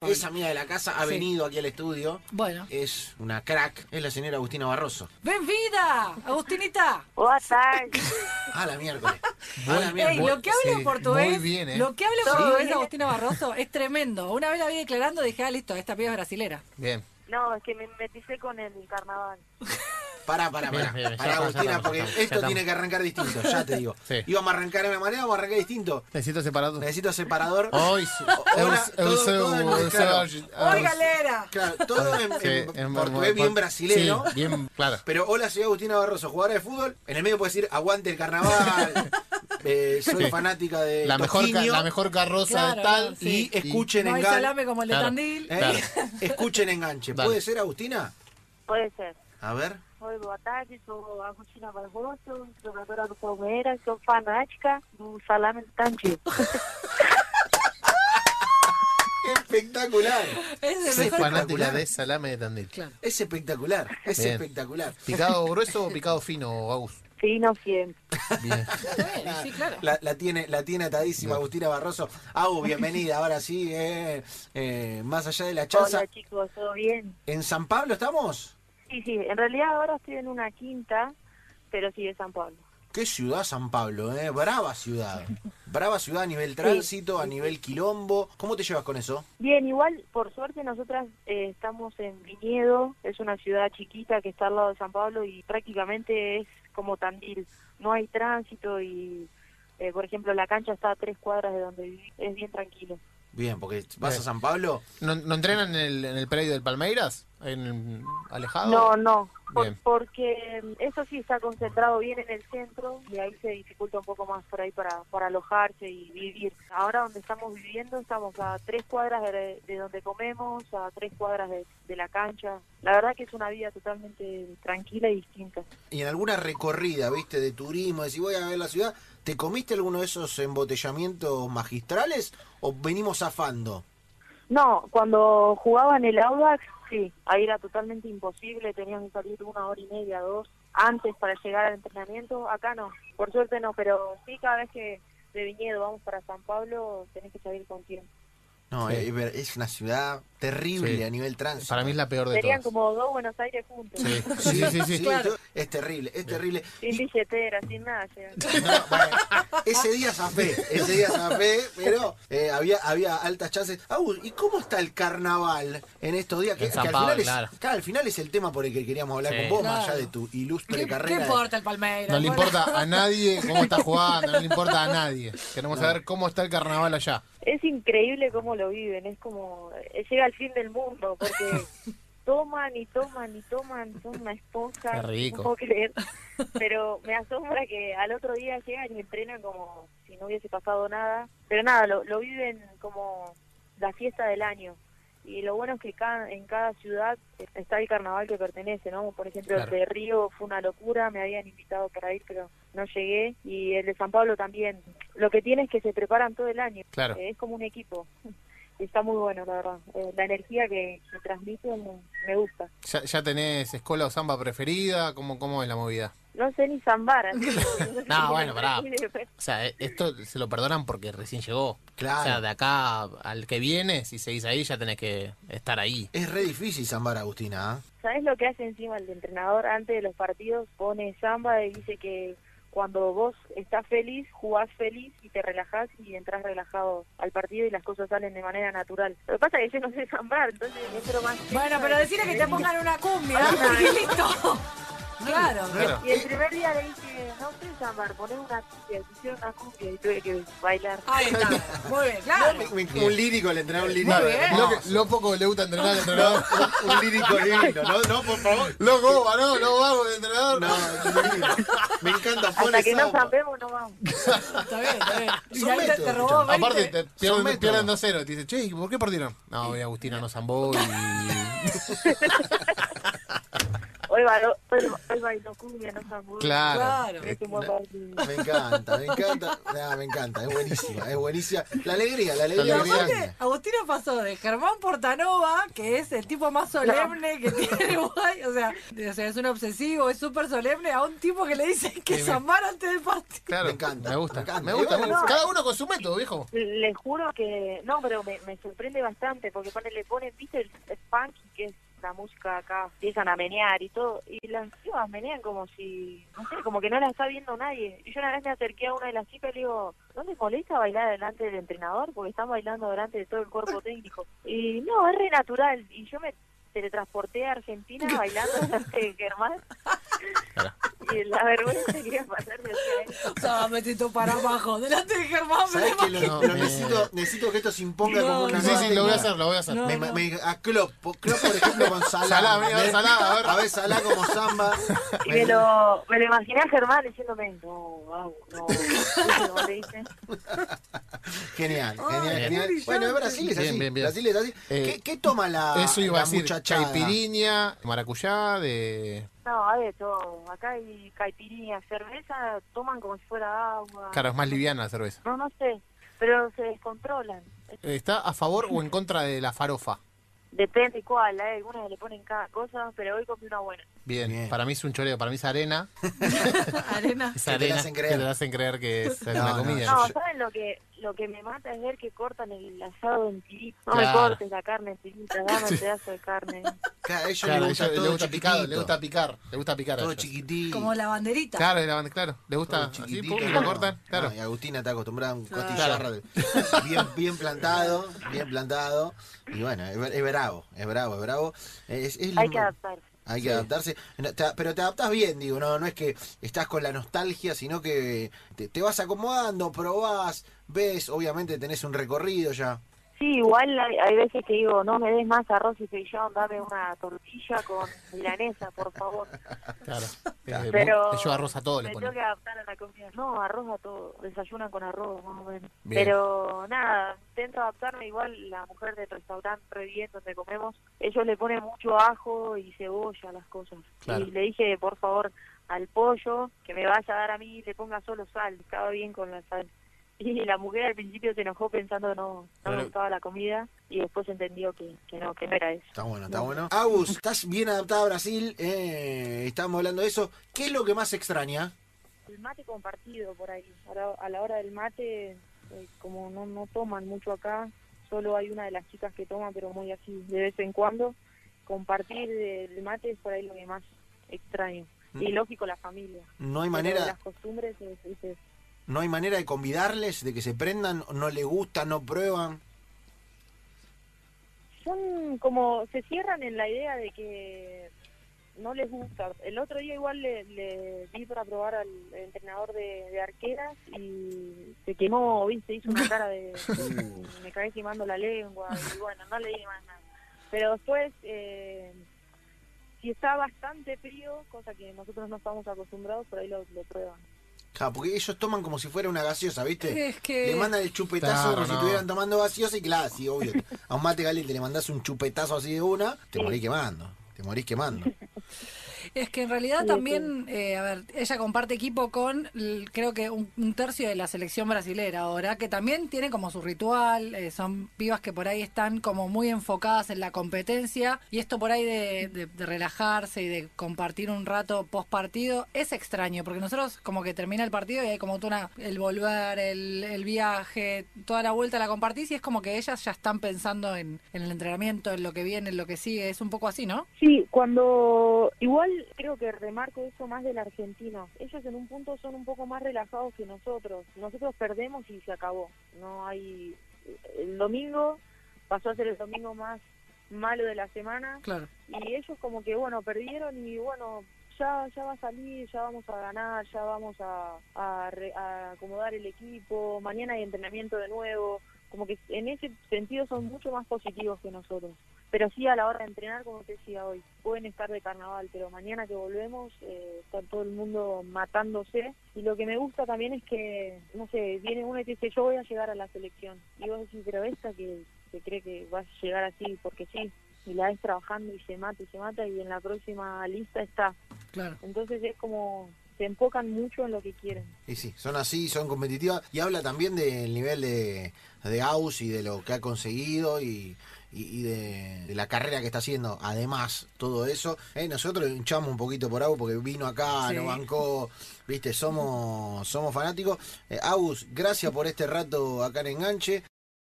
Esa amiga de la casa ha Sí. venido aquí al estudio. Bueno. Es una crack. Es la señora Agustina Barroso. ¡Ven vida! Agustinita. Buenas tardes. A la miércoles. A la Buen- miércoles. Ey, lo que habla sí, portugués. muy bien, ¿eh? Lo que habla Sí. portugués Agustina Barroso es tremendo. Una vez la vi declarando dije, ah, listo, esta piba es brasilera. Bien. No, es que me meticé con el carnaval. Pará, pará, pará. Bien, bien, ya Pará, estamos, ya Agustina, estamos, porque ya estamos. esto Ya tiene que arrancar distinto, ya te digo. Sí. Íbamos a arrancar de una manera, vamos a arrancar distinto. Necesito separado. Necesito separador. Hoy Hola, todo- todo en- claro. Ah, ¡Hoy galera! Claro, todo en, en portugués bien brasilero. Sí, bien, claro. Pero hola, soy Agustina Barroso, jugadora de fútbol. En el medio puedes decir, aguante el carnaval. eh, soy Sí. fanática de La mejor, ca- Toquinho, la mejor Claro, carroza de tal. sí. Y escuchen No hay enganche. salame como el de Claro. Tandil. ¿Eh? Claro. Escuchen enganche. Dale. ¿Puede ser, Agustina? Puede ser. A ver. Oi, boa tarde. Sou Agostina Barroso, jogadora do Palmeiras. Sou fanática do Salame do Tandil. Espectacular. Es el Soy mejor- fanática de salame de Tandil. Claro. Es espectacular. Es Bien. espectacular. ¿Picado grueso o picado fino, Agus? Sim, não sempre. Bien. Bueno, sí, claro. La, la tiene, la tiene atadísima Agustina Barroso. Agus, bienvenida. Ahora sí, eh, eh, más allá de la chaza. Hola, chicos, ¿todo bien? ¿En San Pablo estamos? Sí, sí. En realidad ahora estoy en una quinta, pero sí de San Pablo. Qué ciudad San Pablo, ¿eh? Brava ciudad. Brava ciudad a nivel tránsito, a nivel quilombo. ¿Cómo te llevas con eso? Bien, igual, por suerte, nosotras eh, estamos en Viñedo. Es una ciudad chiquita que está al lado de San Pablo y prácticamente es como Tandil. No hay tránsito y, eh, por ejemplo, la cancha está a tres cuadras de donde viví. Es bien tranquilo. Bien, porque vas a Bien. San Pablo. ¿No, no entrenan en el, en el predio del Palmeiras? ¿En Alejado? No, no, por- Bien. porque mm, eso sí está concentrado bien en el centro y ahí se dificulta un poco más por ahí para, para alojarse y vivir. Ahora donde estamos viviendo estamos a tres cuadras de, de donde comemos, a tres cuadras de, de la cancha. La verdad que es una vida totalmente tranquila y distinta. Y en alguna recorrida, viste, de turismo, de si voy a ver la ciudad, ¿te comiste alguno de esos embotellamientos magistrales o venimos zafando? No, cuando jugaba en el Audax, sí, ahí era totalmente imposible, tenías que salir una hora y media, dos, antes para llegar al entrenamiento. Acá no, por suerte no, pero sí, cada vez que de Viñedo vamos para San Pablo, tenés que salir con tiempo. No, Sí. eh, ver- es una ciudad terrible Sí. a nivel tránsito. Para mí es la peor de Serían todas. como dos Buenos Aires juntos, Sí, sí, sí. sí, sí. Claro. Es terrible, es terrible. sin billetera, sin nada. llegan. No, bueno, ese día zafé, ese día zafé, pero eh, había, había altas chances. Ah, uy, ¿y cómo está el carnaval en estos días? Que, En San que al, Pablo, final es, claro. claro, al final es el tema por el que queríamos hablar Sí. con vos, más allá Claro. de tu ¿Qué, ilustre qué carrera. de- importa el Palmeiras? No le Bueno, importa a nadie cómo está jugando, no le importa a nadie. Queremos saber cómo está el carnaval allá. Es increíble cómo lo viven, es como, eh, llega el fin del mundo, porque toman y toman y toman, son una esposa, Qué rico. no puedo creer, pero me asombra que al otro día llegan y entrenan como si no hubiese pasado nada, pero nada, lo, lo viven como la fiesta del año. Y lo bueno es que ca- en cada ciudad está el carnaval que pertenece, ¿no? Por ejemplo, el Claro. de Río fue una locura, me habían invitado para ir, pero no llegué. Y el de San Pablo también. Lo que tiene es que se preparan todo el año. Claro. Eh, es como un equipo. Está muy bueno, la verdad. Eh, la energía que, que transmiten me- me gusta. ¿Ya, ya tenés escuela o samba preferida? ¿Cómo, cómo es la movida? No sé ni zambar. así que no sé No, si bueno, me pará. entiende, pero- O sea, e- esto se lo perdonan porque recién llegó. Claro. O sea, de acá al que viene, si seguís ahí, ya tenés que estar ahí. Es re difícil zambar, Agustina. ¿ah? ¿Sabes lo que hace encima el entrenador antes de los partidos? Pone samba y dice que cuando vos estás feliz, jugás feliz y te relajás y entras relajado al partido y las cosas salen de manera natural. Lo que pasa es que yo no sé zambar, entonces entro más... Bueno, tensa pero y- decirle que te pongan una cumbia y listo. Claro. Claro. Y el primer día le dije, no sé zambar, poné una cumbia, hicieron una cumbia y tuve que bailar. Ahí está. Muy bien, claro. Me- me- un lírico le entrenó un lírico. No, bien. lo, que- lo poco que le gusta entrenar al entrenador. Un, un lírico divino. No, no, por favor. Lo boba, no, lo vago el entrenador. No, divino. Me encanta. Hasta pone que no samba. zampemos, no vamos. Está bien, está bien. Y Son ahí te- te, métodos, robó escuchá. 20. Aparte, te Son pierden, métodos. pierden 2-0. Te dicen, che, ¿y ¿por qué perdieron? No, hoy Agustina no zambó y. Hoy bailó, hoy, hoy bailó cumbia, no sambú. Claro. Claro. Eh, Este modo así. Me encanta, me encanta. Nah, me encanta, es buenísima, es buenísima. La alegría, la Y alegría. alegría. que aparte, tiene. Agustino pasó de Germán Portanova, que es el tipo más solemne que tiene Uruguay, o sea, de- o sea, es un obsesivo, es súper solemne, a un tipo que le dicen que Sí, es me- amar antes del partido. Claro, Me encanta, Me gusta. me encanta. Me gusta. Y bueno, me gusta. Cada uno con su método, viejo. Les juro que, no, pero me, me sorprende bastante porque pone, le ponen, viste, el, el funk, que es la música acá, empiezan a menear y todo, y las chicas menean como si, no sé, como que no la está viendo nadie. Y yo una vez me acerqué a una de las chicas y le digo, ¿no les molesta bailar delante del entrenador? Porque están bailando delante de todo el cuerpo técnico. Y no, es re natural. Y yo me teletransporté a Argentina bailando delante de Germán. Y la vergüenza que iba a pasar me hacía eso. Estaba metido para abajo, delante de Germán. me ¿Sabes lo que lo, No, lo me- necesito, necesito que esto se imponga No, como una no, Sí, nueva sí, lo voy a técnica. hacer, lo voy a hacer. No. Me, me- a Klopp, po- Klopp, por ejemplo, con Salah. Salah, amigo, a ver, ¿eh? Salah, a ver. A ver, Salah como samba. Y me lo, me lo imaginé a Germán diciéndome, no, wow, no, ¿viste cómo le dicen? Genial, Ay, genial, qué genial. brillante. Bueno, Brasil es así. Bien, bien, bien. Brasil es así. Eh, ¿Qué, qué toma la, Eso iba la a decir. muchachada? Caipiriña, maracuyá, de. No, hay de todo. Acá hay caipirinha, cerveza, toman como si fuera agua. Claro, es más liviana la cerveza. No, no sé, pero se descontrolan. ¿Está a favor o en contra de la farofa? Depende cuál, hay algunas que le ponen cada cosa, pero hoy compré una buena. Bien. Bien. para mí es un choreo, para mí es arena. Arena. Es te la arena hacen creer. que te la hacen creer que es No, una no, comida. No, yo- ¿saben lo que lo que me mata es ver que cortan el asado en tiritas? No Claro. me cortes la carne en tiritas, dame un pedazo de carne. Claro, a ellos Claro, les gusta yo- le todo gusta picado, le chiquitito, gusta picar, le gusta picar. a Todo ellos. chiquitito. Como la banderita. Claro, de la banda, claro. Le gusta Todo así, chiquitito, pum, y ¿no? lo cortan, claro. No, y Agustina está acostumbrada a un Claro. costillarra de- bien, bien plantado, bien plantado. Y bueno, es, es bravo, es bravo, es bravo. Es, es Hay lindo. que adaptarse. Hay que adaptarse. No, te- pero te adaptás bien, digo, no, no es que estás con la nostalgia, sino que te, te vas acomodando, probás, ves, obviamente tenés un recorrido ya. Sí, igual hay, hay veces que digo, no me des más arroz y feijón, dame una tortilla con milanesa, por favor. Claro. Eh, Pero mu- yo arroz a todo le me ponen. tengo que adaptar a la comida. No, arroz a todo, desayunan con arroz, más o menos. Bien. Pero nada, intento adaptarme igual la mujer del restaurante re bien donde comemos. Ellos le ponen mucho ajo y cebolla a las cosas. Claro. Y le dije, por favor, al pollo que me vaya a dar a mí le ponga solo sal, estaba bien con la sal. Y la mujer al principio se enojó pensando no, no Pero- me gustaba la comida y después entendió que, que no, que no era eso. Está bueno, está bueno. Agus, estás bien adaptada a Brasil, eh, estábamos hablando de eso. ¿Qué es lo que más extraña? El mate compartido por ahí. A la, a la hora del mate, eh, como no, no toman mucho acá, solo hay una de las chicas que toma, pero muy así, de vez en cuando. Compartir el mate es por ahí lo que más extraño. Y Mm. lógico, la familia. No hay Pero manera, Las costumbres es- es eso. no hay manera de convidarles, de que se prendan, no les gusta, no prueban. son como se cierran en la idea de que no les gusta. El otro día igual le, le di para probar al entrenador de, de arqueras y se quemó, viste, hizo una cara de, de- me cagué quemando la lengua y bueno, no le di más nada. Pero después, eh, si está bastante frío, cosa que nosotros no estamos acostumbrados, por ahí lo, lo prueban. Ja, porque ellos toman como si fuera una gaseosa, ¿viste? Es que- Le mandan el chupetazo Claro, como si no. estuvieran tomando gaseosa y claro, sí, obvio. A un mate caliente le mandás un chupetazo así de una, te morís quemando. Te morís quemando. Es que en realidad Sí, también, eh, a ver, ella comparte equipo con, l- creo que un, un tercio de la selección brasilera ahora, que también tiene como su ritual, eh, son pibas que por ahí están como muy enfocadas en la competencia, y esto por ahí de, de- de relajarse y de compartir un rato post partido es extraño, porque nosotros como que termina el partido y hay como toda una, el volver, el, el viaje, toda la vuelta la compartís y es como que ellas ya están pensando en, en el entrenamiento, en lo que viene, en lo que sigue, es un poco así, ¿no? Sí, cuando igual creo que remarco eso más del argentino. Ellos en un punto son un poco más relajados que nosotros. Nosotros perdemos y se acabó. No hay eh, el domingo pasó a ser el domingo más malo de la semana Claro. y ellos como que bueno perdieron y bueno ya ya va a salir ya vamos a ganar ya vamos a, a re- a acomodar el equipo mañana hay entrenamiento de nuevo como que en ese sentido son mucho más positivos que nosotros pero sí a la hora de entrenar como te decía hoy pueden estar de carnaval pero mañana que volvemos eh, está todo el mundo matándose y lo que me gusta también es que no sé viene uno y te dice yo voy a llegar a la selección y vos decís pero esta que se cree que va a llegar así porque sí y la ves trabajando y se mata y se mata y en la próxima lista está. Claro. Entonces es como se enfocan mucho en lo que quieren. Y sí, son así, son competitivas. Y habla también del nivel de, de Aus y de lo que ha conseguido y, y- y de, de la carrera que está haciendo. Además, todo eso. Eh, nosotros hinchamos un poquito por Aus porque vino acá, Sí. nos bancó. Viste, somos, somos fanáticos. Eh, Aus, gracias por este rato acá en Enganche.